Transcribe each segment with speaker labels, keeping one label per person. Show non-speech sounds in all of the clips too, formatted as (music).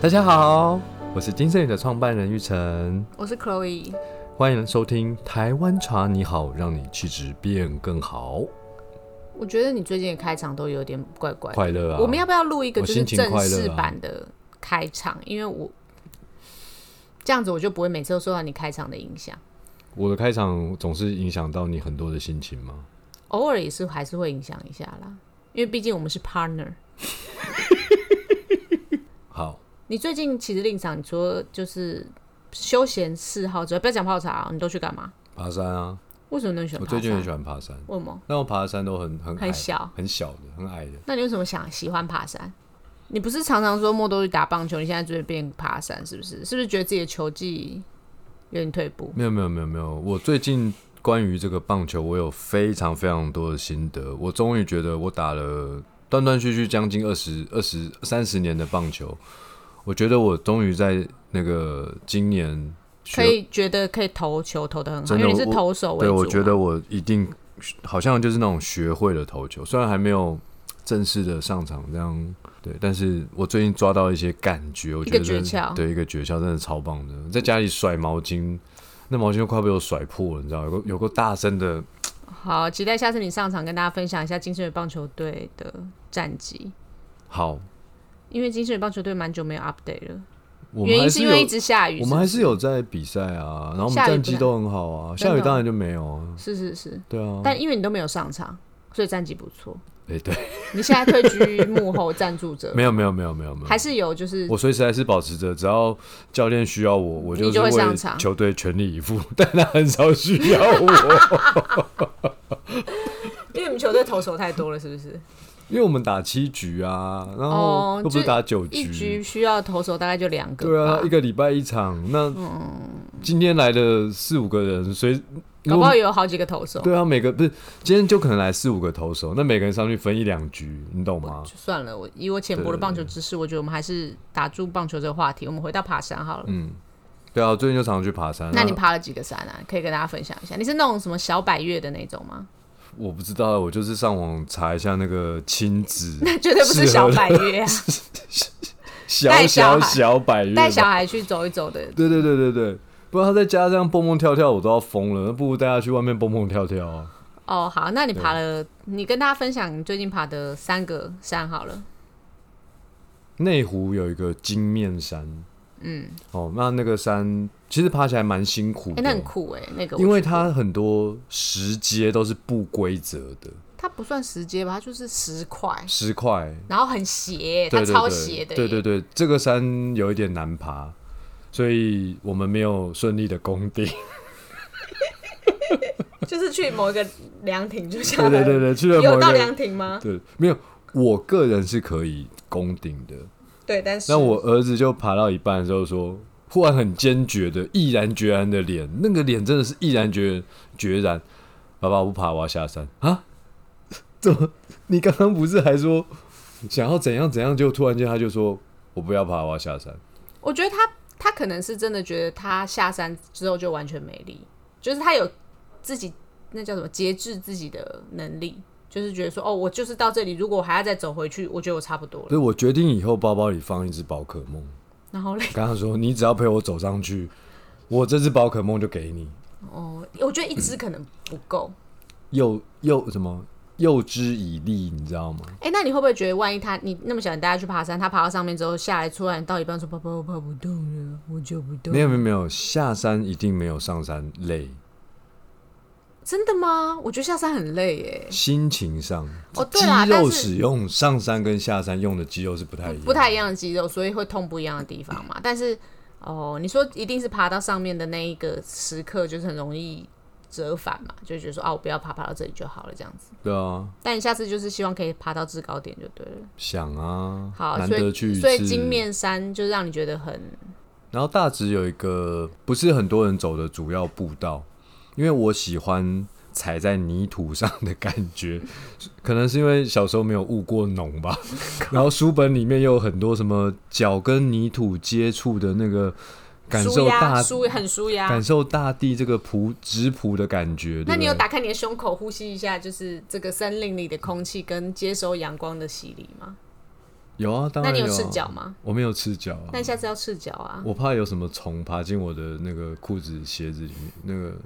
Speaker 1: 大家好，我是金盛宇的创办人玉成，
Speaker 2: 我是 Chloe，
Speaker 1: 欢迎收听《台湾茶你好》，让你气质变更好，
Speaker 2: 我觉得你最近的开场都有点怪怪的。
Speaker 1: 快乐啊！
Speaker 2: 我们要不要录一个
Speaker 1: 我
Speaker 2: 就是
Speaker 1: 心情
Speaker 2: 正
Speaker 1: 快乐
Speaker 2: 式
Speaker 1: 啊
Speaker 2: 版的开场？因为我这样子我就不会每次都受到你开场的影响，
Speaker 1: 我的开场总是影响到你很多的心情吗？
Speaker 2: 偶尔也是还是会影响一下啦。因为毕竟我们是 partner。
Speaker 1: 好，
Speaker 2: 你最近其实令赏，你除了就是休闲嗜好之外，不要讲泡茶、啊，你都去干嘛？
Speaker 1: 爬山啊，
Speaker 2: 为什么那么喜欢
Speaker 1: 我
Speaker 2: 爬
Speaker 1: 最近
Speaker 2: 山
Speaker 1: 很喜欢爬山，
Speaker 2: 为什么？
Speaker 1: 但我爬的山都很很
Speaker 2: 很
Speaker 1: 矮
Speaker 2: 小
Speaker 1: 很小的，很矮的。
Speaker 2: 那你为什么想喜欢爬山？你不是常常说莫多去打棒球，你现在最近变爬山，是不是？是不是觉得自己的球技有点退步？
Speaker 1: 没有没有没有没有，我最近关于这个棒球，我有非常非常多的心得。我终于觉得我打了断断续续将近二十二十三十年的棒球，我觉得我终于在那个今年
Speaker 2: 可
Speaker 1: 学，
Speaker 2: 以觉得可以投球投的很好，
Speaker 1: 真
Speaker 2: 因
Speaker 1: 的
Speaker 2: 为你是
Speaker 1: 我
Speaker 2: 投手为
Speaker 1: 对
Speaker 2: 主嘛。
Speaker 1: 我觉得我一定好像就是那种学会了投球，虽然还没有正式的上场这样。对，但是我最近抓到一些感觉，我
Speaker 2: 一
Speaker 1: 觉
Speaker 2: 个
Speaker 1: 得真
Speaker 2: 诀窍
Speaker 1: 对一个诀窍真的超棒的，在家里甩毛巾，那毛巾都快被我甩破了，你知道，有个有个大声的，
Speaker 2: 好，期待下次你上场跟大家分享一下金圣宇棒球队的战绩，
Speaker 1: 好，
Speaker 2: 因为金圣宇棒球队蛮久没有 update 了，
Speaker 1: 我们
Speaker 2: 原
Speaker 1: 还
Speaker 2: 因是
Speaker 1: 是
Speaker 2: 因为一
Speaker 1: 有，
Speaker 2: 直下雨
Speaker 1: 我们
Speaker 2: 是不
Speaker 1: 还
Speaker 2: 是
Speaker 1: 是有在比赛啊，然后我们
Speaker 2: 下雨
Speaker 1: 战
Speaker 2: 不
Speaker 1: 绩
Speaker 2: 然
Speaker 1: 都很好啊，
Speaker 2: 真的
Speaker 1: 下雨
Speaker 2: 哦
Speaker 1: 当然就没有啊，
Speaker 2: 是是是，
Speaker 1: 对啊，
Speaker 2: 但因为你都没有上场，所以战绩不错。
Speaker 1: 哎对，
Speaker 2: 你现在退居幕后赞助
Speaker 1: (laughs)
Speaker 2: 者，
Speaker 1: 没有没有没有没有没有，
Speaker 2: 还是有就是
Speaker 1: 我随时还是保持着，只要教练需要我，我
Speaker 2: 你
Speaker 1: 是
Speaker 2: 就会
Speaker 1: 为
Speaker 2: 上场
Speaker 1: 球队全力以赴， (laughs) 但他很少需要我， (laughs)
Speaker 2: 因为你们球队投手太多了，是不是？
Speaker 1: 因为我们打七局啊，然后
Speaker 2: 哦
Speaker 1: 又不是
Speaker 2: 就
Speaker 1: 打九
Speaker 2: 一局需要投手大概就两个
Speaker 1: 对
Speaker 2: 吧，嗯
Speaker 1: 啊，一个礼拜一场，那今天来的四五个人，所以
Speaker 2: 搞不好也有好几个投手。
Speaker 1: 对啊，每个不是今天就可能来四五个投手，那每个人上去分一两局，你懂吗？
Speaker 2: 就算了，我以我浅薄
Speaker 1: 对
Speaker 2: 的
Speaker 1: 对
Speaker 2: 棒球知识，我觉得我们还是打住棒球这个话题，我们回到爬山好了。
Speaker 1: 对啊，最近就常常去爬山。
Speaker 2: 那你爬了几个山啊？可以跟大家分享一下。你是那种什么小百越的那种吗？ (laughs)
Speaker 1: 我不知道，啊我就是上网查一下那个亲子
Speaker 2: 绝对不是小百越、啊，
Speaker 1: 小
Speaker 2: 带
Speaker 1: 小
Speaker 2: 小孩
Speaker 1: 小百月
Speaker 2: 带小
Speaker 1: 吧。
Speaker 2: 孩去走一走的。
Speaker 1: 对对对对对，不然他在家这样蹦蹦跳跳，我都要疯了。那不如带他去外面蹦蹦跳跳啊！
Speaker 2: 哦，好，那你爬了，你跟大家分享你最近爬的三个山好了。
Speaker 1: 内湖有一个金面山，嗯，哦，那那个山其实爬起来蛮辛苦
Speaker 2: 哎、
Speaker 1: 的，
Speaker 2: 那很酷哎、那个我
Speaker 1: 因为
Speaker 2: 去过
Speaker 1: 它很多石阶都是不规则的，
Speaker 2: 它不算石阶吧，它就是石块，
Speaker 1: 石块
Speaker 2: 然后很斜，
Speaker 1: 对
Speaker 2: 哎它
Speaker 1: 对
Speaker 2: 超
Speaker 1: 对，
Speaker 2: 斜的耶。
Speaker 1: 对对对，这个山有一点难爬，所以我们没有顺利的攻
Speaker 2: (laughs)
Speaker 1: 顶。
Speaker 2: 就是去某一个凉亭就下
Speaker 1: 对
Speaker 2: 来。
Speaker 1: 对对对，去了某
Speaker 2: 有
Speaker 1: 一
Speaker 2: 到
Speaker 1: 个
Speaker 2: 凉亭吗？
Speaker 1: 对，没有。我个人是可以攻顶的，
Speaker 2: 对，但是
Speaker 1: 那我儿子就爬到一半的时候说，忽然很坚决的、毅然决然的脸，那个脸真的是毅然决决然，爸爸我不爬，我要下山啊！ (laughs) 怎么？你刚刚不是还说想要怎样怎样，就突然间他就说我不要爬，我要下山。
Speaker 2: 我觉得他他可能是真的觉得他下山之后就完全没力，就是他有自己那叫什么节制自己的能力，就是觉得说哦，我就是到这里，如果我还要再走回去，我觉得我差不多
Speaker 1: 所以
Speaker 2: 了。
Speaker 1: 我决定以后包包里放一只宝可梦。
Speaker 2: 然后嘞，
Speaker 1: 跟他说：“你只要陪我走上去，我这只宝可梦就给你。
Speaker 2: 哦，我觉得一只可能不够。
Speaker 1: 幼”幼什么？诱之以利，你知道吗？
Speaker 2: 哎、那你会不会觉得，万一他你那么小，你带他去爬山，他爬到上面之后下来，突然到一半说：“爸爸，我爬不动了，我救不动。”
Speaker 1: 没有没有没有，下山一定没有上山累，
Speaker 2: 真的吗？我觉得下山很累耶，
Speaker 1: 心情上，
Speaker 2: 哦对
Speaker 1: 肌
Speaker 2: 啦但
Speaker 1: 肉
Speaker 2: 是
Speaker 1: 使用上山跟下山用的肌肉是不太一样，
Speaker 2: 不太一样的肌肉，所以会痛不一样的地
Speaker 1: (laughs)
Speaker 2: 方嘛。但是哦，你说一定是爬到上面的那一个时刻，就是很容易折返嘛，就觉得说啊，我不要爬，爬到这里就好了这样子。
Speaker 1: 对啊，
Speaker 2: 但你下次就是希望可以爬到制高点就对了。
Speaker 1: 想啊，
Speaker 2: 好，
Speaker 1: 难
Speaker 2: 所
Speaker 1: 得
Speaker 2: 以
Speaker 1: 去一
Speaker 2: 所以
Speaker 1: 次
Speaker 2: 金面山就让你觉得很
Speaker 1: 然后大直有一个不是很多人走的主要步道，因为我喜欢踩在泥土上的感觉， (laughs) 可能是因为小时候没有务过农
Speaker 2: (laughs)
Speaker 1: 吧。然后书本里面有很多什么脚跟泥土接触的那个感
Speaker 2: 舒
Speaker 1: 受
Speaker 2: 压，
Speaker 1: 大
Speaker 2: 舒很舒压
Speaker 1: 感。受大地这个朴质朴的感觉。
Speaker 2: 那你
Speaker 1: 对
Speaker 2: 有
Speaker 1: 不对
Speaker 2: 打开你的胸口呼吸一下，就是这个森林里的空气跟接收阳光的洗礼吗？
Speaker 1: 有啊，当
Speaker 2: 那
Speaker 1: 然
Speaker 2: 你有
Speaker 1: 啊
Speaker 2: 赤脚吗？
Speaker 1: 我没有赤脚啊
Speaker 2: 那，你下次要赤脚啊。
Speaker 1: 我怕有什么虫爬进我的那个裤子、鞋子里面。那个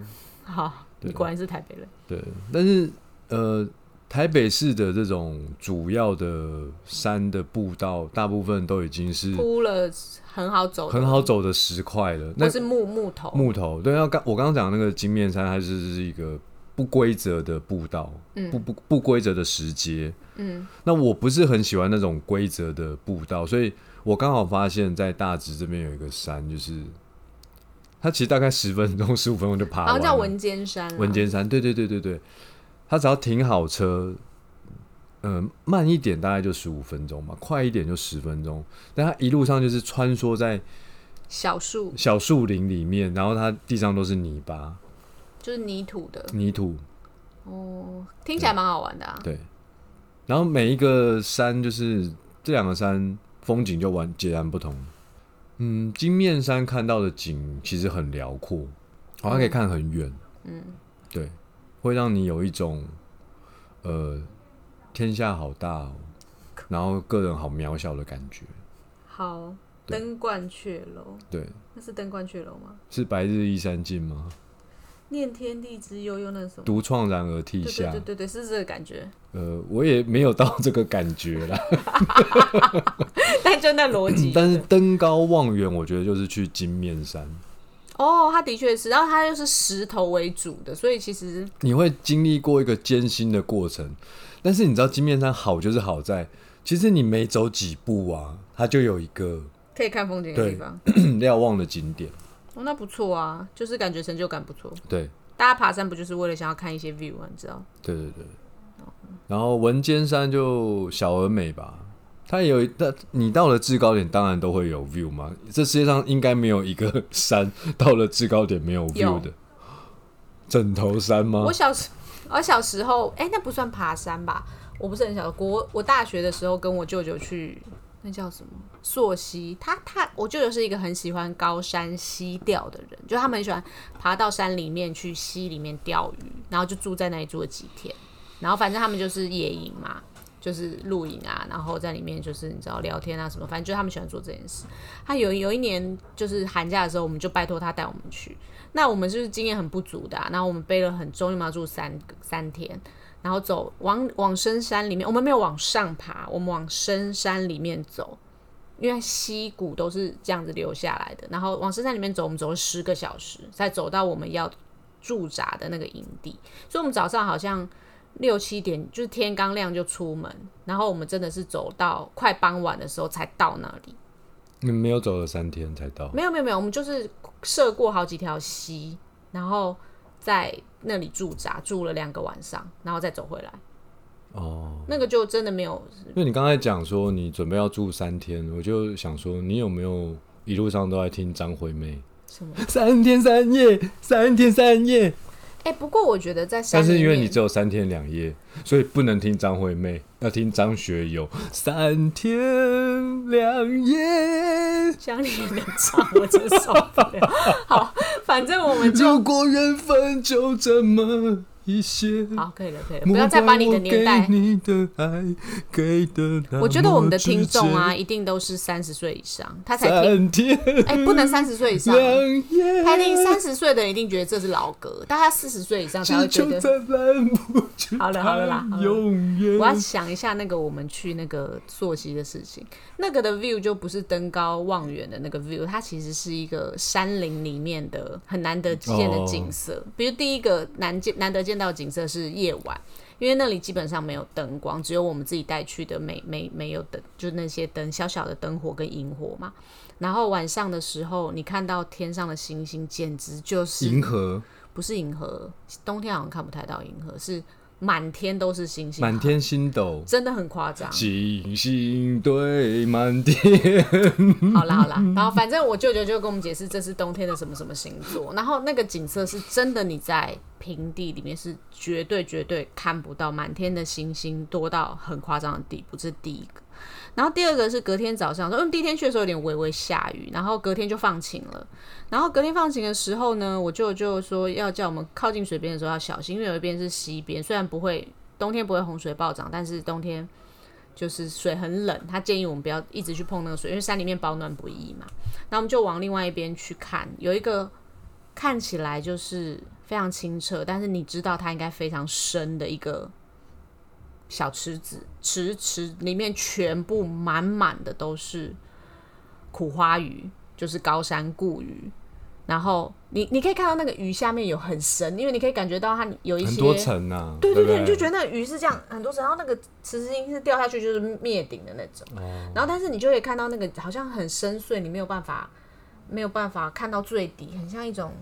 Speaker 2: 好，你果然是台北人。
Speaker 1: 对，但是呃，台北市的这种主要的山的步道，大部分都已经是
Speaker 2: 铺了很好走的，
Speaker 1: 很好走的石块了。那
Speaker 2: 或是木木头，
Speaker 1: 木头，对，要刚我刚刚讲的那个金面山，它是是一个不规则的步道，不不不规则的石阶。
Speaker 2: 嗯，
Speaker 1: 那我不是很喜欢那种规则的步道，所以我刚好发现，在大直这边有一个山，就是它其实大概十分钟、十五分钟就爬
Speaker 2: 好
Speaker 1: 完
Speaker 2: 像
Speaker 1: 了。
Speaker 2: 哦叫文尖山啊。
Speaker 1: 文尖山，对对对对对，它只要停好车，嗯、慢一点大概就十五分钟嘛，快一点就十分钟，但它一路上就是穿梭在
Speaker 2: 小树，
Speaker 1: 小树林里面，然后它地上都是泥巴、
Speaker 2: 就是泥土的，
Speaker 1: 泥土，
Speaker 2: 哦，听起来蛮好玩的啊。
Speaker 1: 对，然后每一个山就是这两个山风景就完截然不同。嗯，金面山看到的景其实很辽阔，好像可以看很远。嗯，对，会让你有一种呃天下好大哦，然后个人好渺小的感觉。
Speaker 2: 好，
Speaker 1: 对
Speaker 2: 登鹳雀楼，
Speaker 1: 对，
Speaker 2: 那是登鹳雀楼吗？
Speaker 1: 是白日依山尽吗？
Speaker 2: 念天地之悠悠，那是什么？
Speaker 1: 独怆然而涕
Speaker 2: 对
Speaker 1: 下。
Speaker 2: 对对对对，是这个感觉，
Speaker 1: 呃，我也没有到这个感觉啦。。
Speaker 2: 但就那逻辑
Speaker 1: 但是登高望远，我觉得就是去金面山。
Speaker 2: 哦，它的确是，然后它又是石头为主的，所以其实
Speaker 1: 你会经历过一个艰辛的过程，但是你知道金面山好就是好在，其实你每走几步啊，它就有一个 (clears throat)
Speaker 2: 可以看风景的地方。
Speaker 1: 瞭望的景点。
Speaker 2: 哦，那不错啊，就是感觉成就感不错。
Speaker 1: 对，
Speaker 2: 大家爬山不就是为了想要看一些 view 啊？你知道？
Speaker 1: 对对对。然后文尖山就小而美吧，它也有一，但你到了制高点，当然都会有 view 嘛。这世界上应该没有一个山到了制高点没有 view
Speaker 2: 有
Speaker 1: 的。枕头山吗
Speaker 2: 我？小时， (laughs) 我小时候，哎、那不算爬山吧？我不是很小，国我大学的时候跟我舅舅去，那叫什么溯溪？他他我舅舅是一个很喜欢高山溪钓的人，就他们很喜欢爬到山里面去溪里面钓鱼，然后就住在那里住了几天，然后反正他们就是野营嘛。就是露营啊，然后在里面就是你知道聊天啊什么，反正就是他们喜欢做这件事。他有有一年就是寒假的时候，我们就拜托他带我们去，那我们就是经验很不足的、啊，然后我们背了很重，因为我们要住三个三天，然后走往往深山里面，我们没有往上爬，我们往深山里面走，因为溪谷都是这样子流下来的，然后往深山里面走，我们走了十个小时，才走到我们要驻扎的那个营地，所以我们早上好像。六七点就是天刚亮就出门，然后我们真的是走到快傍晚的时候才到那里。
Speaker 1: 你没有走了三天才到。
Speaker 2: 没有没有没有，我们就是涉过好几条溪，然后在那里驻扎住了两个晚上，然后再走回来。
Speaker 1: 哦，
Speaker 2: 那个就真的没有，
Speaker 1: 因为你刚才讲说你准备要住三天，我就想说你有没有一路上都在听张惠妹？
Speaker 2: 什么？
Speaker 1: 三天三夜，三天三夜。
Speaker 2: 哎、不过我觉得在山
Speaker 1: 但
Speaker 2: 里面，
Speaker 1: 是因为你只有三天两夜，所以不能听张惠妹，要听张学友。三天两夜，
Speaker 2: 想你也能唱，我真受不了。好，反正我
Speaker 1: (laughs)
Speaker 2: 们就
Speaker 1: 如果缘分就这么一些。
Speaker 2: 好，可以了，可以了，不要再把你的年
Speaker 1: 莫怪
Speaker 2: 代
Speaker 1: 我。给你啊的爱给的那么
Speaker 2: 我觉得我们的听众啊，
Speaker 1: 直接，
Speaker 2: 一定都是三十岁以上，他才听。
Speaker 1: 三天
Speaker 2: 哎、不能三十岁
Speaker 1: (laughs)
Speaker 2: 以上啊，
Speaker 1: 两夜，
Speaker 2: 他一定三十岁的一定觉得这是老歌，但他四十岁以上才会
Speaker 1: 只
Speaker 2: 觉
Speaker 1: 求
Speaker 2: 得。
Speaker 1: 再拦不住
Speaker 2: 好了好了啦好了
Speaker 1: 永远。
Speaker 2: 我要想一下那个我们去那个溯溪的事情，那个的 view 就不是登高望远的那个 view，它其实是一个山林里面的很难得见的景色。
Speaker 1: 哦
Speaker 2: 比如第一个难见难得见到的景色是夜晚，因为那里基本上没有灯光，只有我们自己带去的没没没有灯，就是那些灯小小的灯火跟萤火嘛。然后晚上的时候，你看到天上的星星，简直就是
Speaker 1: 银河
Speaker 2: 不是银河，冬天好像看不太到银河，是满天都是星星，
Speaker 1: 满天星斗，
Speaker 2: 真的很
Speaker 1: (laughs)
Speaker 2: 夸张。
Speaker 1: 星星堆满天。
Speaker 2: 好啦好啦，然后反正我舅舅就跟我们解释这是冬天的什么什么星座，然后那个景色是真的，你在平地里面是绝对绝对看不到满天的星星多到很夸张的地步，这是第一个。然后第二个是隔天早上，因为第一天去的时候有点微微下雨，然后隔天就放晴了。然后隔天放晴的时候呢，我舅舅说要叫我们靠近水边的时候要小心，因为有一边是西边，虽然不会冬天不会洪水暴涨，但是冬天就是水很冷，他建议我们不要一直去碰那个水，因为山里面保暖不易嘛。那我们就往另外一边去看，有一个看起来就是非常清澈，但是你知道它应该非常深的一个小池子，池池里面全部满满的都是苦花鱼，就是高山固鱼。然后你你可以看到那个鱼下面有很深，因为你可以感觉到它有一
Speaker 1: 很
Speaker 2: 些
Speaker 1: 多层呐、
Speaker 2: 对
Speaker 1: 对
Speaker 2: 对
Speaker 1: 不
Speaker 2: 对，你就觉得那鱼是这样很多层，然后那个池子是掉下去就是灭顶的那种，
Speaker 1: 哦
Speaker 2: 然后但是你就可以看到那个好像很深邃，你没有办法没有办法看到最底，很像一种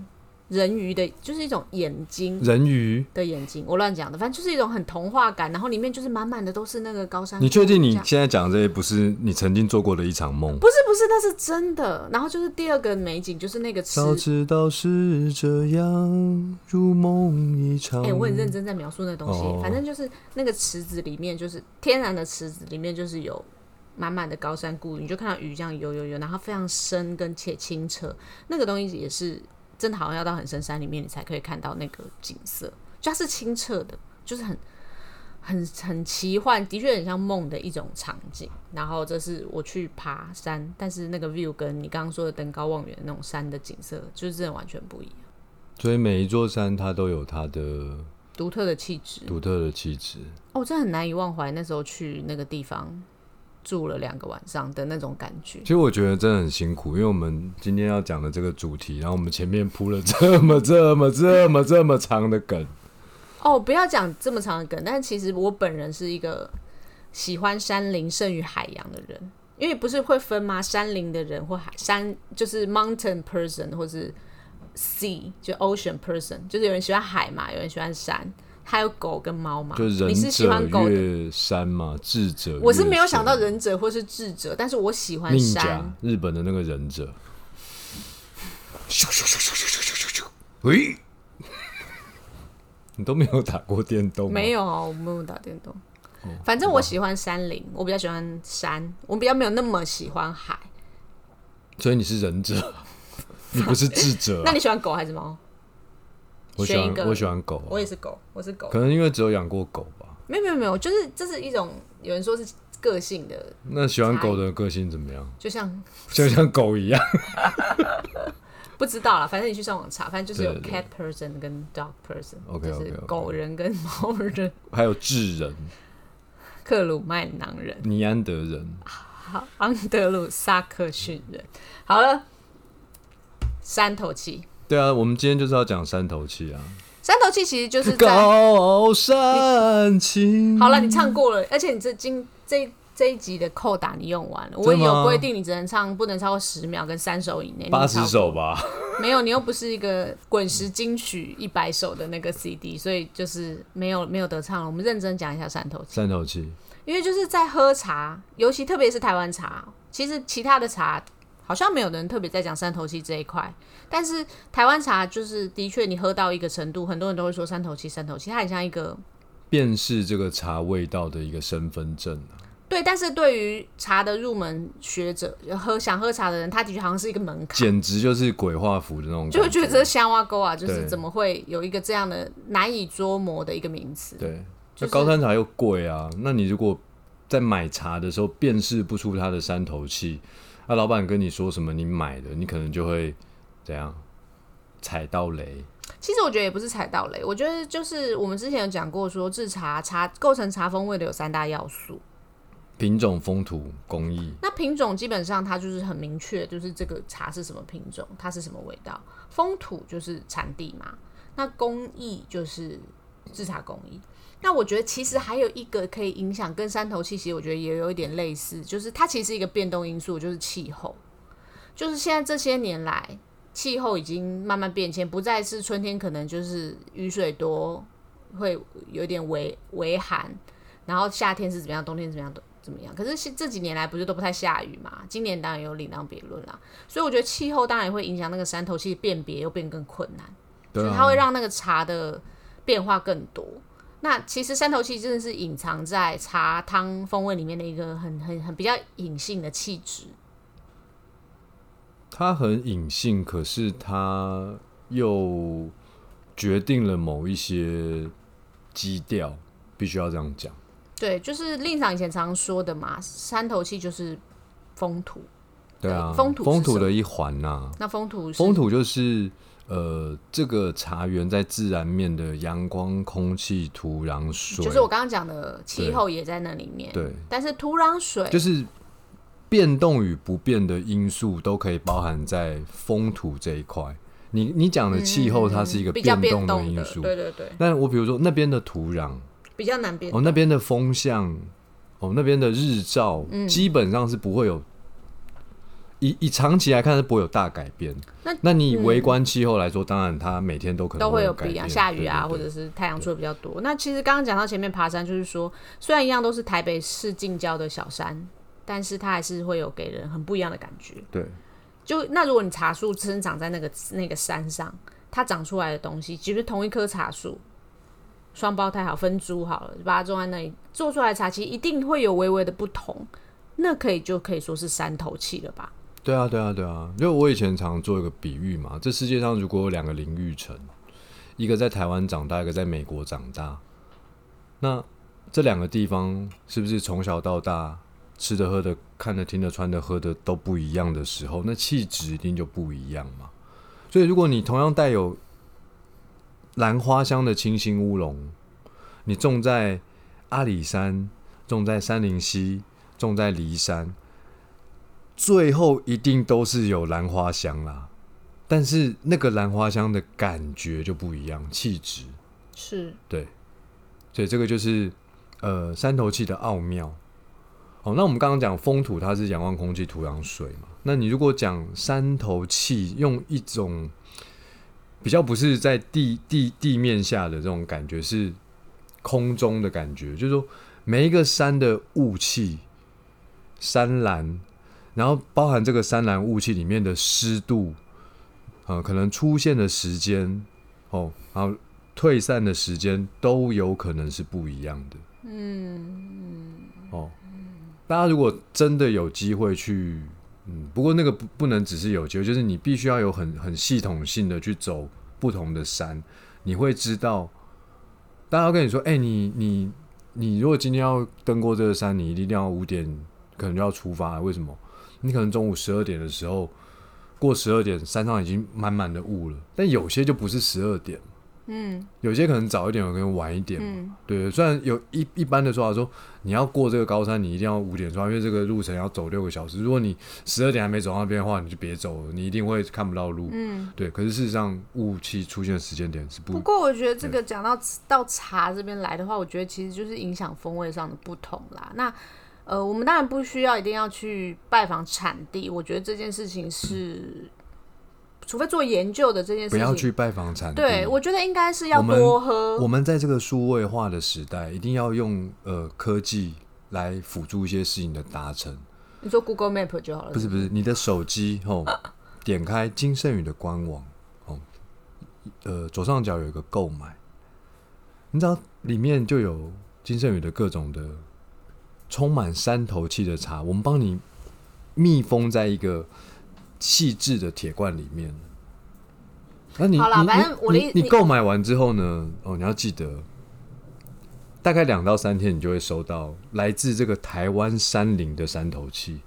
Speaker 2: 人鱼的，就是一种眼睛
Speaker 1: 人鱼，
Speaker 2: 的眼睛，我乱讲的，反正就是一种很童话感，然后里面就是满满的都是那个高山。
Speaker 1: 你确定
Speaker 2: 嗯这
Speaker 1: 你
Speaker 2: 样
Speaker 1: 现在讲的这些不是你曾经做过的一场梦？
Speaker 2: 不是不是，那是真的。然后就是第二个美景，就是那个池
Speaker 1: 早知道是这样，如梦一场。
Speaker 2: 哎、我很认真在描述那东西，
Speaker 1: 哦
Speaker 2: 反正就是那个池子里面，就是天然的池子里面，就是有满满的高山固鱼，你就看到鱼这样游游游，然后非常深跟且清澈，那个东西也是真的好像要到很深山里面，你才可以看到那个景色，就它是清澈的，就是很。很很奇幻，的确很像梦的一种场景。然后这是我去爬山，但是那个 view 跟你刚刚说的登高望远那种山的景色，就是真的完全不一样，
Speaker 1: 所以每一座山它都有它的
Speaker 2: 独特的气质。
Speaker 1: 独特的气质。
Speaker 2: 哦，真的很难以忘怀那时候去那个地方住了两个晚上的那种感觉
Speaker 1: 其。实我觉得真的很辛苦，因为我们今天要讲的这个主题，然后我们前面铺了这么这么这么这么长的梗，
Speaker 2: 哦，不要讲这么长的梗，但是其实我本人是一个喜欢山林胜于海洋的人，因为不是会分吗？山林的人或海山就是 mountain person 或是 sea 就 ocean person，就是有人喜欢海嘛，有人喜欢山，还有狗跟猫嘛。
Speaker 1: 就
Speaker 2: 你
Speaker 1: 仁
Speaker 2: 是喜欢狗
Speaker 1: 者
Speaker 2: 的，
Speaker 1: 越山嘛，智者越山。
Speaker 2: 我是没有想到忍者或是智者，但是我喜欢
Speaker 1: 宁
Speaker 2: 山
Speaker 1: 甲。日本的那个忍者。喂，你都没有打过电动吗？
Speaker 2: 没有啊，我没有打电动。
Speaker 1: 哦
Speaker 2: 反正我喜欢山林，我比较喜欢山，我比较没有那么喜欢海。
Speaker 1: 所以你是忍者，你不是智者
Speaker 2: (laughs) 那
Speaker 1: 啊、
Speaker 2: 你喜欢狗还是猫？
Speaker 1: 我喜
Speaker 2: 选一
Speaker 1: 欢
Speaker 2: 个
Speaker 1: 我喜欢狗啊、
Speaker 2: 我也是狗，我是狗
Speaker 1: 可。能因为只有养过狗吧。
Speaker 2: 没有没有没有，就是这是一种有人说是个性的，
Speaker 1: 那喜欢狗的个性怎么样？
Speaker 2: 就像
Speaker 1: 就像狗一样。
Speaker 2: 不知道啦，反正你去上网查，反正就是有
Speaker 1: 对对
Speaker 2: cat person 跟 dog person，
Speaker 1: OK，OK，OK
Speaker 2: 就是狗人跟猫人， (laughs)
Speaker 1: 还有智人、
Speaker 2: 克鲁麦囊人。
Speaker 1: 尼安德人，
Speaker 2: 好，昂德鲁萨克逊人。好了，山头气，
Speaker 1: 对啊，我们今天就是要讲山头气啊。
Speaker 2: 山头气其实就是
Speaker 1: (laughs)
Speaker 2: 在
Speaker 1: 高山青，
Speaker 2: 好了，你唱过了，而且你这今这这一集的扣打你用完了，我
Speaker 1: 真的吗
Speaker 2: 有规定你只能唱不能超过十秒跟三首以内，你
Speaker 1: 八
Speaker 2: 超
Speaker 1: 十
Speaker 2: 过
Speaker 1: 首吧。
Speaker 2: 没有，你又不是一个滚石金曲一百首的那个 CD，所以就是没有没有得唱了。我们认真讲一下汕头，
Speaker 1: 山头气，
Speaker 2: 因为就是在喝茶，尤其特别是台湾茶，其实其他的茶好像没有人特别在讲三头七这一块，但是台湾茶就是的确你喝到一个程度，很多人都会说三头七三头七，它很像一个
Speaker 1: 便是这个茶味道的一个身份证啊。
Speaker 2: 对，但是对于茶的入门学者，呃喝想喝茶的人，他的确好像是一个门槛，
Speaker 1: 简直就是鬼画符的那种感
Speaker 2: 就会觉得这香蛙沟啊，就
Speaker 1: 对
Speaker 2: 是怎么会有一个这样的难以捉摸的一个名词？
Speaker 1: 对，
Speaker 2: 就
Speaker 1: 那
Speaker 2: 是
Speaker 1: 高山茶又贵啊，那你如果在买茶的时候辨识不出它的山头气，那、老板跟你说什么你买的，你可能就会怎样踩到雷。
Speaker 2: 其实我觉得也不是踩到雷，我觉得就是我们之前有讲过说制茶茶构成茶风味的有三大要素，
Speaker 1: 品种、风土、工艺，
Speaker 2: 那品种基本上它就是很明确，就是这个茶是什么品种，它是什么味道。风土就是产地嘛，那工艺就是制茶工艺。那我觉得其实还有一个可以影响跟山头气息，我觉得也有一点类似，就是它其实是一个变动因素，就是气候。就是现在这些年来，气候已经慢慢变迁，不再是春天可能就是雨水多，会有点微微寒，然后夏天是怎么样，冬天是怎么样的怎么样。可是现这几年来不是都不太下雨嘛？今年当然有另当别论啦。所以我觉得气候当然也会影响那个山头气辨别，又变更困难，就
Speaker 1: 对
Speaker 2: 是
Speaker 1: 啊
Speaker 2: 它会让那个茶的变化更多。那其实山头气真的是隐藏在茶汤风味里面的一个很很很比较隐性的气质。
Speaker 1: 它很隐性，可是它又决定了某一些基调，必须要这样讲。
Speaker 2: 对，就是令长以前常说的嘛，山头气就是风土。
Speaker 1: 对啊，
Speaker 2: 风土是
Speaker 1: 风土
Speaker 2: 什么
Speaker 1: 的一环呐、
Speaker 2: 那风土是
Speaker 1: 风土就是呃，这个茶园在自然面的阳光、空气、土壤、水，
Speaker 2: 就是我刚刚讲的气候也在那里面。
Speaker 1: 对，
Speaker 2: 但是土壤水
Speaker 1: 就是变动与不变的因素都可以包含在风土这一块。你你讲的气候，它是一个
Speaker 2: 嗯比较
Speaker 1: 变
Speaker 2: 变
Speaker 1: 动的
Speaker 2: 动
Speaker 1: 因
Speaker 2: 的，
Speaker 1: 素。
Speaker 2: 对对对，
Speaker 1: 那我比如说那边的土壤，
Speaker 2: 比较难变
Speaker 1: 哦，那边的风向，哦，那边的日照，
Speaker 2: 嗯
Speaker 1: 基本上是不会有。以以长期来看是不会有大改变。
Speaker 2: 那嗯
Speaker 1: 你以微观气候来说，当然它每天都可能
Speaker 2: 都会有
Speaker 1: 改
Speaker 2: 不一样，
Speaker 1: 变
Speaker 2: 下雨啊，
Speaker 1: 对对对
Speaker 2: 或者是太阳出的比较多。那其实刚刚讲到前面爬山，就是说虽然一样都是台北市近郊的小山，但是它还是会有给人很不一样的感觉。
Speaker 1: 对，
Speaker 2: 就那如果你茶树生长在那个那个山上，它长出来的东西，其实同一棵茶树，双胞胎好分株好了，把它种在那里做出来的茶，其实一定会有微微的不同。那可以就可以说是山头气了吧？
Speaker 1: 对啊，对啊，对啊，因为我以前常做一个比喻嘛，这世界上如果有两个林育成，一个在台湾长大，一个在美国长大，那这两个地方是不是从小到大吃的、喝的、看的、听的、穿的、喝的都不一样的时候，那气质一定就不一样嘛？所以如果你同样带有兰花香的清新乌龙，你种在阿里山，种在山林溪，种在骊山，最后一定都是有兰花香啦。但是那个兰花香的感觉就不一样，气质
Speaker 2: 是，
Speaker 1: 对，所以这个就是呃山头气的奥妙。哦，那我们刚刚讲风土，它是阳光、空气、土壤、水嘛。那你如果讲山头气，用一种比较不是在地地地面下的这种感觉，是空中的感觉，就是说每一个山的雾气、山岚，然后包含这个山岚雾气里面的湿度，呃，可能出现的时间哦，然后退散的时间都有可能是不一样的。嗯，哦，大家如果真的有机会去，嗯，不过那个不不能只是有机会，就是你必须要有很很系统性的去走不同的山，你会知道，大家会跟你说，哎、你你你如果今天要登过这个山，你一定要五点可能就要出发，为什么？你可能中午十二点的时候。过十二点，山上已经满满的雾了，但有些就不是十二点，
Speaker 2: 嗯
Speaker 1: 有些可能早一点，有可能晚一点嘛。
Speaker 2: 嗯，
Speaker 1: 对，虽然有一一般的说法说，你要过这个高山，你一定要五点出发，因为这个路程要走六个小时。如果你十二点还没走到那边的话，你就别走了，你一定会看不到路。
Speaker 2: 嗯，
Speaker 1: 对，可是事实上，雾气出现的时间点是不
Speaker 2: 不过我觉得这个讲到到茶这边来的话，我觉得其实就是影响风味上的不同啦。那呃，我们当然不需要一定要去拜访产地，我觉得这件事情是，除非做研究的这件事
Speaker 1: 不
Speaker 2: 情，
Speaker 1: 要去拜访产地。
Speaker 2: 对，我觉得应该是要
Speaker 1: 我们
Speaker 2: 多喝。
Speaker 1: 我们在这个数位化的时代，一定要用呃科技来辅助一些事情的达成。
Speaker 2: 你说 Google Map 就好了，
Speaker 1: 不是不是，你的手机哦，点开金盛宇的官网哦，呃，左上角有一个购买，你知道里面就有金盛宇的各种的充满山头气的茶，我们帮你密封在一个细致的铁罐里面。那你
Speaker 2: 好啦
Speaker 1: 你
Speaker 2: 反正我的
Speaker 1: 你
Speaker 2: 意
Speaker 1: 你
Speaker 2: 你
Speaker 1: 你购买完之后呢，哦，你要记得。大概两到三天，你就会收到来自这个台湾山林的山头气。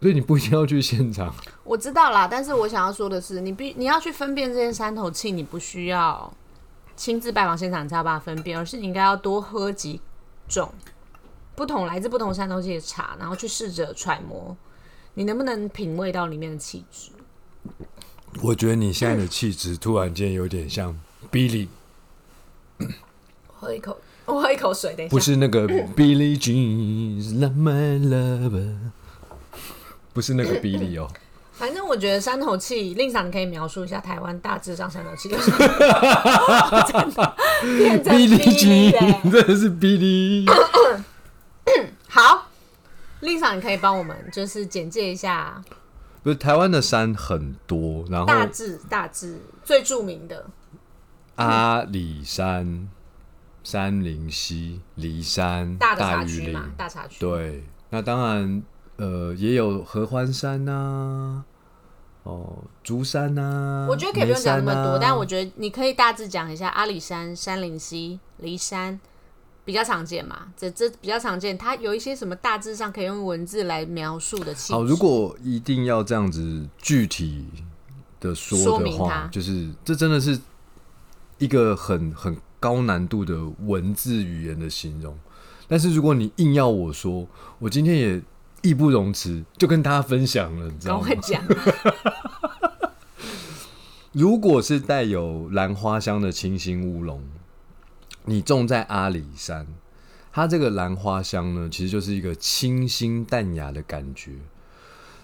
Speaker 1: 所以你不一定要去现场。
Speaker 2: 我知道啦，但是我想要说的是，你必你要去分辨这些山头气，你不需要亲自拜访现场你才有办法分辨，而是你应该要多喝几种不同来自不同山头气的茶，然后去试着揣摩你能不能品味到里面的气质。
Speaker 1: 我觉得你现在的气质突然间有点像 Billy，
Speaker 2: 喝一口， (laughs) 我喝一口水，等一下。
Speaker 1: 不是那
Speaker 2: (laughs)
Speaker 1: 个 Billy Jean is not my lover，不是那个 Billy
Speaker 2: (laughs)
Speaker 1: 哦。
Speaker 2: 反正我觉得山头气，令长你可以描述一下台湾大致上山头气就是， (laughs) 真的变
Speaker 1: (laughs)
Speaker 2: 成
Speaker 1: Billy
Speaker 2: 逼嘞
Speaker 1: Jean (laughs) 真的是 Billy，
Speaker 2: 好，令长你可以帮我们就是简介一下
Speaker 1: 不是台湾的山很多，然后
Speaker 2: 大致大致最著名的，
Speaker 1: 阿里山、山林溪、骊山、
Speaker 2: 大的茶
Speaker 1: 雨
Speaker 2: 区
Speaker 1: 林，
Speaker 2: 嘛，大茶区。，
Speaker 1: 对，那当然，呃，也有合欢山呐、哦，竹山啊呐、
Speaker 2: 我觉得可以不用讲那么
Speaker 1: 梅山
Speaker 2: 多，
Speaker 1: 啊
Speaker 2: 但我觉得你可以大致讲一下阿里山、山林溪、骊山、比较常见嘛，这这比较常见。它有一些什么大致上可以用文字来描述的气质。
Speaker 1: 好，如果一定要这样子具体的
Speaker 2: 说
Speaker 1: 说的
Speaker 2: 明它
Speaker 1: 话，就是这真的是一个很很高难度的文字语言的形容。但是如果你硬要我说，我今天也义不容辞，就跟大家分享了，你知
Speaker 2: 赶
Speaker 1: 道吗
Speaker 2: 快？讲，
Speaker 1: 如果是带有兰花香的清新乌龙，你种在阿里山，它这个兰花香呢，其实就是一个清新淡雅的感觉。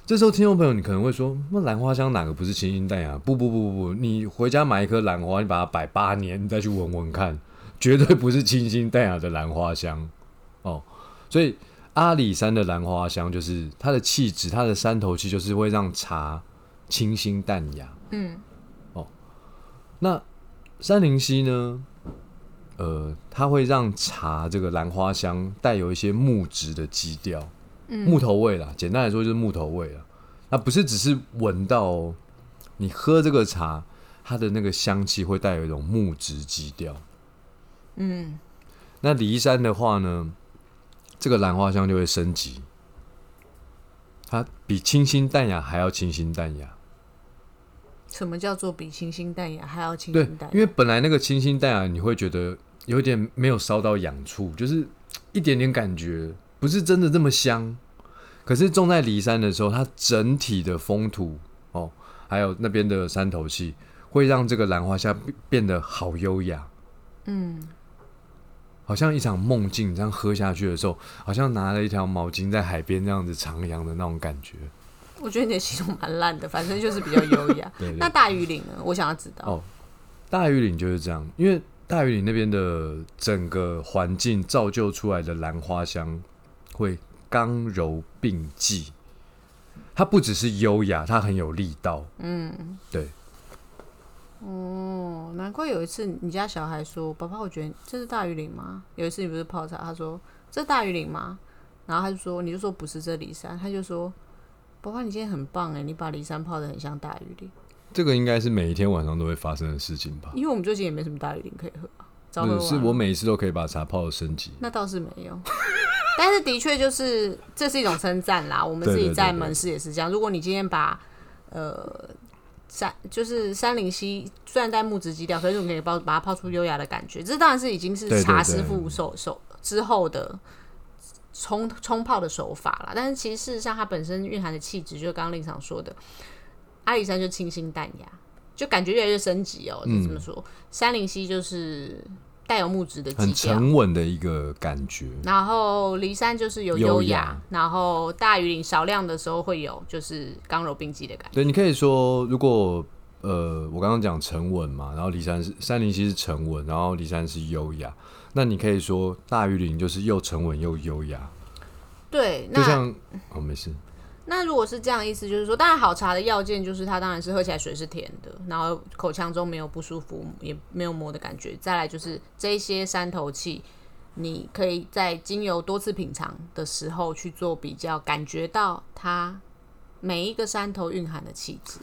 Speaker 1: 这时候，听众朋友，你可能会说：“那兰花香哪个不是清新淡雅？”不不不不不，你回家买一颗兰花，你把它摆八年，你再去闻闻看，绝对不是清新淡雅的兰花香哦。所以，阿里山的兰花香就是它的气质，它的山头气就是会让茶清新淡雅。
Speaker 2: 嗯，
Speaker 1: 那山林溪呢？呃，它会让茶这个兰花香带有一些木质的基调，木头味啦。简单来说就是木头味啦。那不是只是闻到、哦，你喝这个茶，它的那个香气会带有一种木质基调。
Speaker 2: 嗯，
Speaker 1: 那离山的话呢，这个兰花香就会升级，它比清新淡雅还要清新淡雅。
Speaker 2: (laughs) 什么叫做比清新淡雅还要清
Speaker 1: 对
Speaker 2: 新淡，
Speaker 1: 因
Speaker 2: 雅？
Speaker 1: 为本来那个清新淡雅，你会觉得有点没有烧到痒处，就是一点点感觉，不是真的这么香。可是种在骊山的时候，它整体的风土哦，还有那边的山头气，会让这个兰花香变变得好优雅，
Speaker 2: 嗯，
Speaker 1: 好像一场梦境。这样喝下去的时候，好像拿了一条毛巾在海边这样子徜徉的那种感觉。
Speaker 2: 我觉得你的形容蛮烂的，反正就是比较优雅。
Speaker 1: (laughs) 对对
Speaker 2: 那大榆林呢？我想要知道。
Speaker 1: 哦大榆岭就是这样，因为大榆岭那边的整个环境造就出来的兰花香会刚柔并济，它不只是优雅，它很有力道。
Speaker 2: 嗯，
Speaker 1: 对，
Speaker 2: 哦，难怪有一次你家小孩说：“爸爸，我觉得这是大榆林吗？”有一次你不是泡茶，他说：“这是大榆林吗？”然后他就说：“你就说不是这里山。”他就说：“爸爸，你今天很棒哎，你把骊山泡的很像大榆林，
Speaker 1: 这个应该是每一天晚上都会发生的事情吧？
Speaker 2: 因为我们最近也没什么大榆林可以喝啊，早
Speaker 1: 是，
Speaker 2: 喝完
Speaker 1: 嗯是
Speaker 2: 了
Speaker 1: 我每一次都可以把茶泡的升级。
Speaker 2: 那倒是没有。 (laughs) 但是的确就是这是一种称赞啦。我们
Speaker 1: 对
Speaker 2: 自己
Speaker 1: 对
Speaker 2: 在
Speaker 1: 对对
Speaker 2: 门市也是这样。如果你今天把呃山就是山林溪虽然带木质基调，可是你可以泡把它泡出优雅的感觉。这当然是已经
Speaker 1: 对
Speaker 2: 是
Speaker 1: 对
Speaker 2: 茶
Speaker 1: 对
Speaker 2: 师傅手手之后的冲冲泡的手法啦。但是其实事实上它本身蕴含的气质，就刚刚令常说的，阿里山就清新淡雅，就感觉越来越升级哦。
Speaker 1: 嗯
Speaker 2: 就这么说，山林溪就是带有木质的基
Speaker 1: 很
Speaker 2: 调。
Speaker 1: 沉稳的一个感觉，
Speaker 2: 然后骊山就是有优
Speaker 1: 优雅
Speaker 2: 雅，然后大榆林少量的时候会有就是刚柔并济的感觉。
Speaker 1: 对，你可以说，如果呃，我刚刚讲沉稳嘛，然后骊山是山林溪是沉稳，然后骊山是优雅，那你可以说大榆林就是又沉稳又优雅，
Speaker 2: 对，
Speaker 1: 就
Speaker 2: 那
Speaker 1: 像哦，没事，
Speaker 2: 那如果是这样意思，就是说，当然好茶的要件就是它当然是喝起来水是甜的，然后口腔中没有不舒服，也没有磨的感觉。再来就是这些山头气，你可以在精油多次品尝的时候去做比较，感觉到它每一个山头蕴含的气质。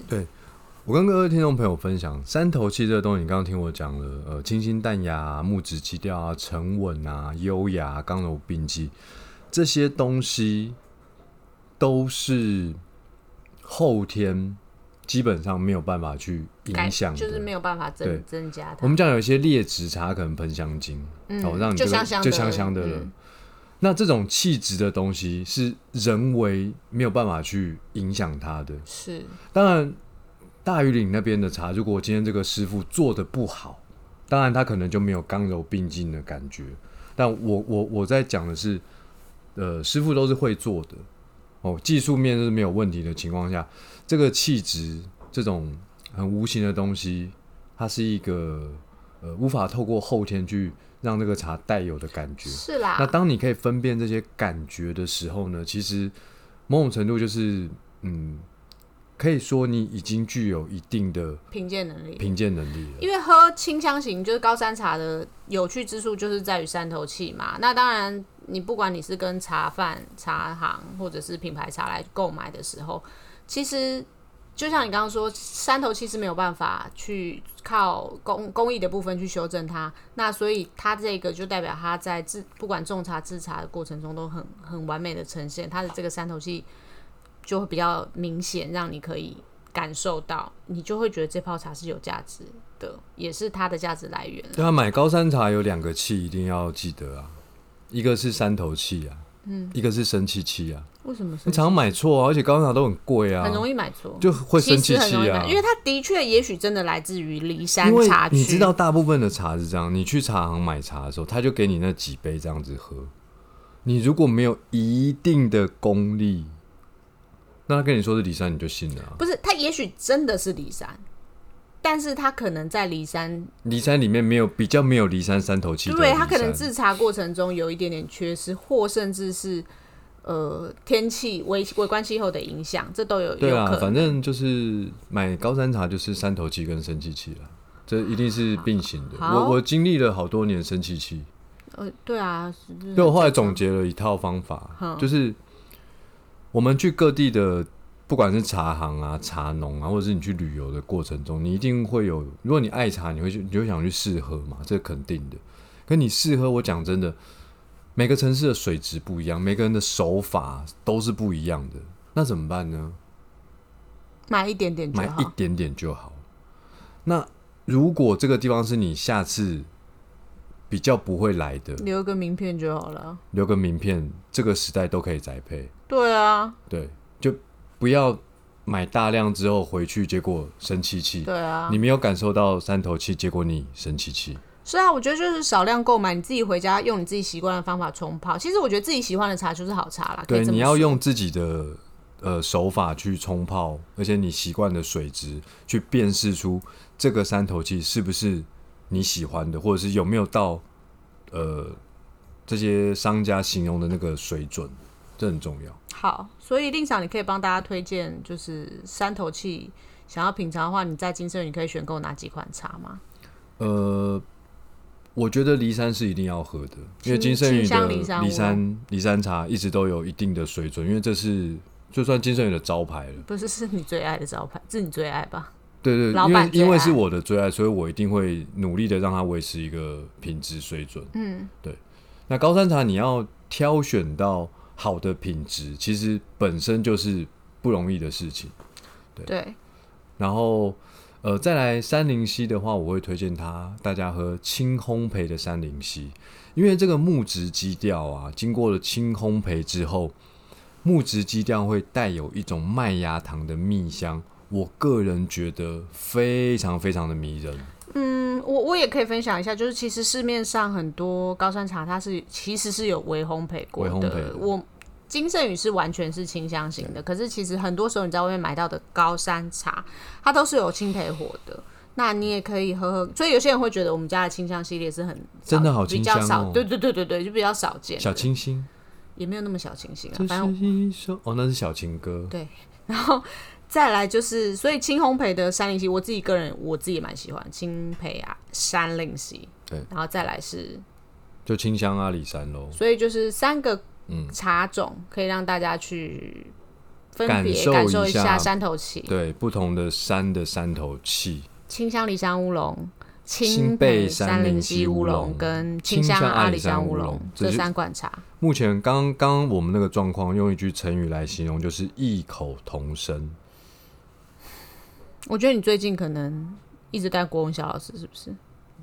Speaker 1: 我跟各位听众朋友分享，山头气这个东西，你刚刚听我讲了，呃，清新淡雅、啊、木质基调啊、沉稳啊、优雅、啊、刚柔并济，这些东西都是后天基本上没有办法去
Speaker 2: 改
Speaker 1: 影响的，
Speaker 2: 就是没有办法
Speaker 1: 对
Speaker 2: 增增加
Speaker 1: 我
Speaker 2: 它，
Speaker 1: 们讲有一些劣质茶可能喷香精，
Speaker 2: 嗯
Speaker 1: 哦，让你
Speaker 2: 就
Speaker 1: 这个
Speaker 2: 香香
Speaker 1: 就
Speaker 2: 的
Speaker 1: 香香的
Speaker 2: 嗯
Speaker 1: 了。那这种气质的东西是人为没有办法去影响它的。
Speaker 2: 是
Speaker 1: 当然，大榆岭那边的茶，如果今天这个师傅做的不好，当然他可能就没有刚柔并进的感觉。但我我我在讲的是，呃，师傅都是会做的，哦，技术面是没有问题的情况下，这个气质这种很无形的东西，它是一个呃无法透过后天去让这个茶带有的感觉。
Speaker 2: 是啦，
Speaker 1: 那当你可以分辨这些感觉的时候呢，其实某种程度就是，嗯，可以说你已经具有一定的
Speaker 2: 评鉴能力。
Speaker 1: 评鉴能力了。
Speaker 2: 因为喝清香型就是高山茶的有趣之处，就是在于山头气嘛。那当然，你不管你是跟茶贩、茶行或者是品牌茶来购买的时候，其实就像你刚刚说，山头其实没有办法去靠公公益的部分去修正它，那所以它这个就代表它在制不管种茶制茶的过程中都很很完美的呈现它的这个山头气，就会比较明显，让你可以感受到，你就会觉得这泡茶是有价值的，也是它的价值来源。
Speaker 1: 对啊，买高山茶有两个气一定要记得啊，一个是山头气啊，嗯，一个是生气气啊。
Speaker 2: 为什么
Speaker 1: 你常常买错啊，而且高山茶都很贵啊，
Speaker 2: 很容易买错？
Speaker 1: 就会
Speaker 2: 其
Speaker 1: 生
Speaker 2: 实
Speaker 1: 气
Speaker 2: 很
Speaker 1: 气
Speaker 2: 容易
Speaker 1: 啊
Speaker 2: 买，。因为它的确也许真的来自于离山
Speaker 1: 因为
Speaker 2: 茶区，
Speaker 1: 你知道，大部分的茶是这样，你去茶行买茶的时候，他就给你那几杯这样子喝。你如果没有一定的功力，那他跟你说是离山，你就信了、啊。
Speaker 2: 不是，它也许真的是骊山，但是它可能在骊山，
Speaker 1: 离山里面没有比较没有离山山头气的
Speaker 2: 对，
Speaker 1: 骊
Speaker 2: 它可
Speaker 1: 山
Speaker 2: 能制茶过程中有一点点缺失，或甚至是呃天气微微观气候的影响，这都有
Speaker 1: 对
Speaker 2: 有
Speaker 1: 啊，
Speaker 2: 可
Speaker 1: 反
Speaker 2: 能。
Speaker 1: 正就是买高山茶就是山头气跟生气气了，这一定是并行的。
Speaker 2: 好
Speaker 1: 我我经历了好多年生气气，
Speaker 2: 呃，对啊，是是
Speaker 1: 对我后来总结了一套方法
Speaker 2: 嗯，
Speaker 1: 就是我们去各地的，不管是茶行啊、茶农啊，或者是你去旅游的过程中，你一定会有，如果你爱茶，你会去，你就想去试喝嘛，这肯定的。可你试喝，我讲真的，每个城市的水质不一样，每个人的手法都是不一样的，那怎么办呢？
Speaker 2: 买一点点就
Speaker 1: 买一
Speaker 2: 好。
Speaker 1: 点点就好。那如果这个地方是你下次比较不会来的，
Speaker 2: 留个名片就好了。
Speaker 1: 留个名片，这个时代都可以宅配。
Speaker 2: 对啊，
Speaker 1: 对，就不要买大量之后回去，结果生气气。
Speaker 2: 对啊，
Speaker 1: 你没有感受到山头气，结果你生气气。
Speaker 2: 是啊，我觉得就是少量购买，你自己回家用你自己习惯的方法冲泡。其实我觉得自己喜欢的茶就是好茶啦。可以
Speaker 1: 对，
Speaker 2: 这么
Speaker 1: 你要
Speaker 2: 说
Speaker 1: 用自己的呃手法去冲泡，而且你习惯的水质去辨识出这个山头气是不是你喜欢的，或者是有没有到呃这些商家形容的那个水准，这很重要。
Speaker 2: 好，所以令赏你可以帮大家推荐，就是山头气想要品尝的话，你在金色园你可以选购哪几款茶吗？
Speaker 1: 呃，我觉得骊山是一定要喝的，因为金圣宇
Speaker 2: 清
Speaker 1: 的
Speaker 2: 香骊山
Speaker 1: 骊山骊山茶一直都有一定的水准，因为这是就算金圣宇的招牌了。
Speaker 2: 不是，是你最爱的招牌，是你最爱吧？
Speaker 1: 对对，
Speaker 2: 老
Speaker 1: 因
Speaker 2: 板
Speaker 1: 为
Speaker 2: 最爱
Speaker 1: 因为是我的最爱，所以我一定会努力的让它维持一个品质水准。
Speaker 2: 嗯，
Speaker 1: 那高山茶你要挑选到好的品质，其实本身就是不容易的事情。
Speaker 2: 对，
Speaker 1: 然后，呃，再来三零溪的话，我会推荐它大家喝轻烘焙的三零溪，因为这个木质基调啊，经过了轻烘焙之后，木质基调会带有一种麦芽糖的蜜香，我个人觉得非常非常的迷人。
Speaker 2: 嗯，我我也可以分享一下，就是其实市面上很多高山茶，它是其实是有微烘焙过
Speaker 1: 微烘焙的
Speaker 2: 我金圣宇是完全是清香型的，可是其实很多时候你在外面买到的高山茶，它都是有青焙火的。那你也可以喝喝，所以有些人会觉得我们家的清香系列是很少
Speaker 1: 真的好
Speaker 2: 比
Speaker 1: 清
Speaker 2: 较
Speaker 1: 香
Speaker 2: 少，
Speaker 1: 哦
Speaker 2: 对对对对对，就比较少见，
Speaker 1: 小清新，
Speaker 2: 也没有那么小清新啊，
Speaker 1: 这
Speaker 2: 反正
Speaker 1: 是一首哦，那是小情歌。
Speaker 2: 对，然后再来就是，所以青烘焙的山林溪，我自己个人我自己也蛮喜欢青焙啊，山林溪。
Speaker 1: 对，
Speaker 2: 然后再来是，
Speaker 1: 就清香啊阿里山喽。
Speaker 2: 所以就是三个
Speaker 1: 嗯
Speaker 2: 茶种可以让大家去分
Speaker 1: 感
Speaker 2: 别
Speaker 1: 受
Speaker 2: 感
Speaker 1: 一
Speaker 2: 受一
Speaker 1: 下
Speaker 2: 下山头气、
Speaker 1: 对，不同的山的山头气，
Speaker 2: 清香梨山乌龙、
Speaker 1: 青
Speaker 2: 焙
Speaker 1: 焙
Speaker 2: 山
Speaker 1: 山
Speaker 2: 林
Speaker 1: 林
Speaker 2: 溪
Speaker 1: 溪
Speaker 2: 乌
Speaker 1: 乌
Speaker 2: 龙
Speaker 1: 龙
Speaker 2: 跟
Speaker 1: 清
Speaker 2: 香
Speaker 1: 香阿
Speaker 2: 阿
Speaker 1: 里山
Speaker 2: 山
Speaker 1: 乌
Speaker 2: 龙
Speaker 1: 龙
Speaker 2: 这
Speaker 1: 这是
Speaker 2: 三款茶。
Speaker 1: 目前刚刚我们那个状况，用一句成语来形容，就是异口同声。
Speaker 2: 我觉得你最近可能一直带国文小老师，是不是？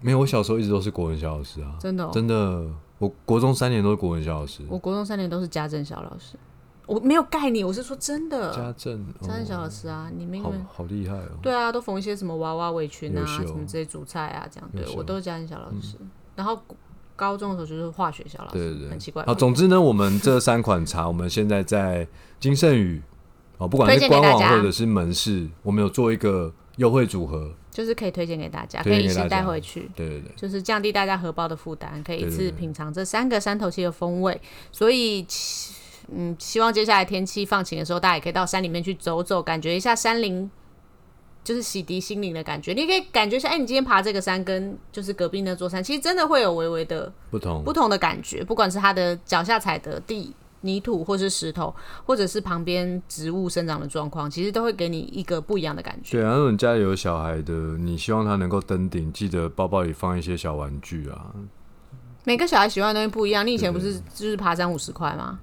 Speaker 1: 没有，我小时候一直都是国文小老师啊，
Speaker 2: 真的、哦，
Speaker 1: 真的，我国中三年都是国文小老师。
Speaker 2: 我国中三年都是家政小老师，我没有盖你，我是说真的。
Speaker 1: 家政，哦
Speaker 2: 三小老师啊，你们因
Speaker 1: 好
Speaker 2: 为
Speaker 1: 好厉害哦。
Speaker 2: 对啊，都缝一些什么娃娃围裙啊，
Speaker 1: 优秀
Speaker 2: 什么这些主菜啊，这样对
Speaker 1: 优秀嗯
Speaker 2: 我都是家庭小老师。然后高中的时候就是化学小老师，
Speaker 1: 对对对，哦
Speaker 2: 很奇怪。
Speaker 1: 好，总之呢，我们这三款茶，我们现在在金盛宇哦，不管
Speaker 2: 推
Speaker 1: 是
Speaker 2: 荐给
Speaker 1: 官
Speaker 2: 大
Speaker 1: 网
Speaker 2: 家
Speaker 1: 或者是门市，我们有做一个优惠组合。
Speaker 2: 就是可以推荐给大家，可
Speaker 1: 推荐给
Speaker 2: 以一
Speaker 1: 大家
Speaker 2: 起带回去。
Speaker 1: 对对对，
Speaker 2: 就是降低大家荷包的负担，可以一
Speaker 1: 对
Speaker 2: 次
Speaker 1: 对对
Speaker 2: 品尝这三个山头气的风味。所以，其嗯，希望接下来天气放晴的时候，大家也可以到山里面去走走，感觉一下山林，就是洗涤心灵的感觉。你可以感觉一下，哎、你今天爬这个山跟就是隔
Speaker 1: 嗯
Speaker 2: 壁那座山，其实真的会有微微的
Speaker 1: 不同
Speaker 2: 不同的感觉，不管是它的脚下踩的地泥土或是石头，或者是旁边植物生长的状况，其实都会给你一个不一样的感觉。
Speaker 1: 对啊，如果你家里有小孩的，你希望他能够登顶，记得包包里放一些小玩具啊。
Speaker 2: 每个小孩喜欢的东西不一样。你以前不是就是爬山五十块吗？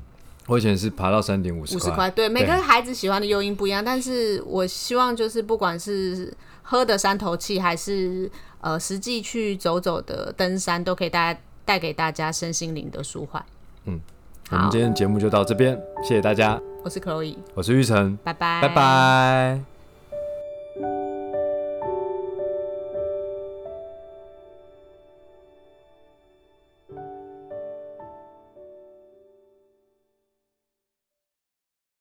Speaker 1: 我以前是爬到山顶五
Speaker 2: 五
Speaker 1: 十
Speaker 2: 十
Speaker 1: 块，
Speaker 2: 块，对，每个孩子喜欢的诱因不一样。但是我希望就是不管是喝的山头气，还是呃实际去走走的登山，都可以大家带给大家身心灵的舒缓。
Speaker 1: 我们今天的节目就到这边，谢谢大家，
Speaker 2: 我是 Chloe，
Speaker 1: 我是玉成，
Speaker 2: 拜拜，
Speaker 1: 拜拜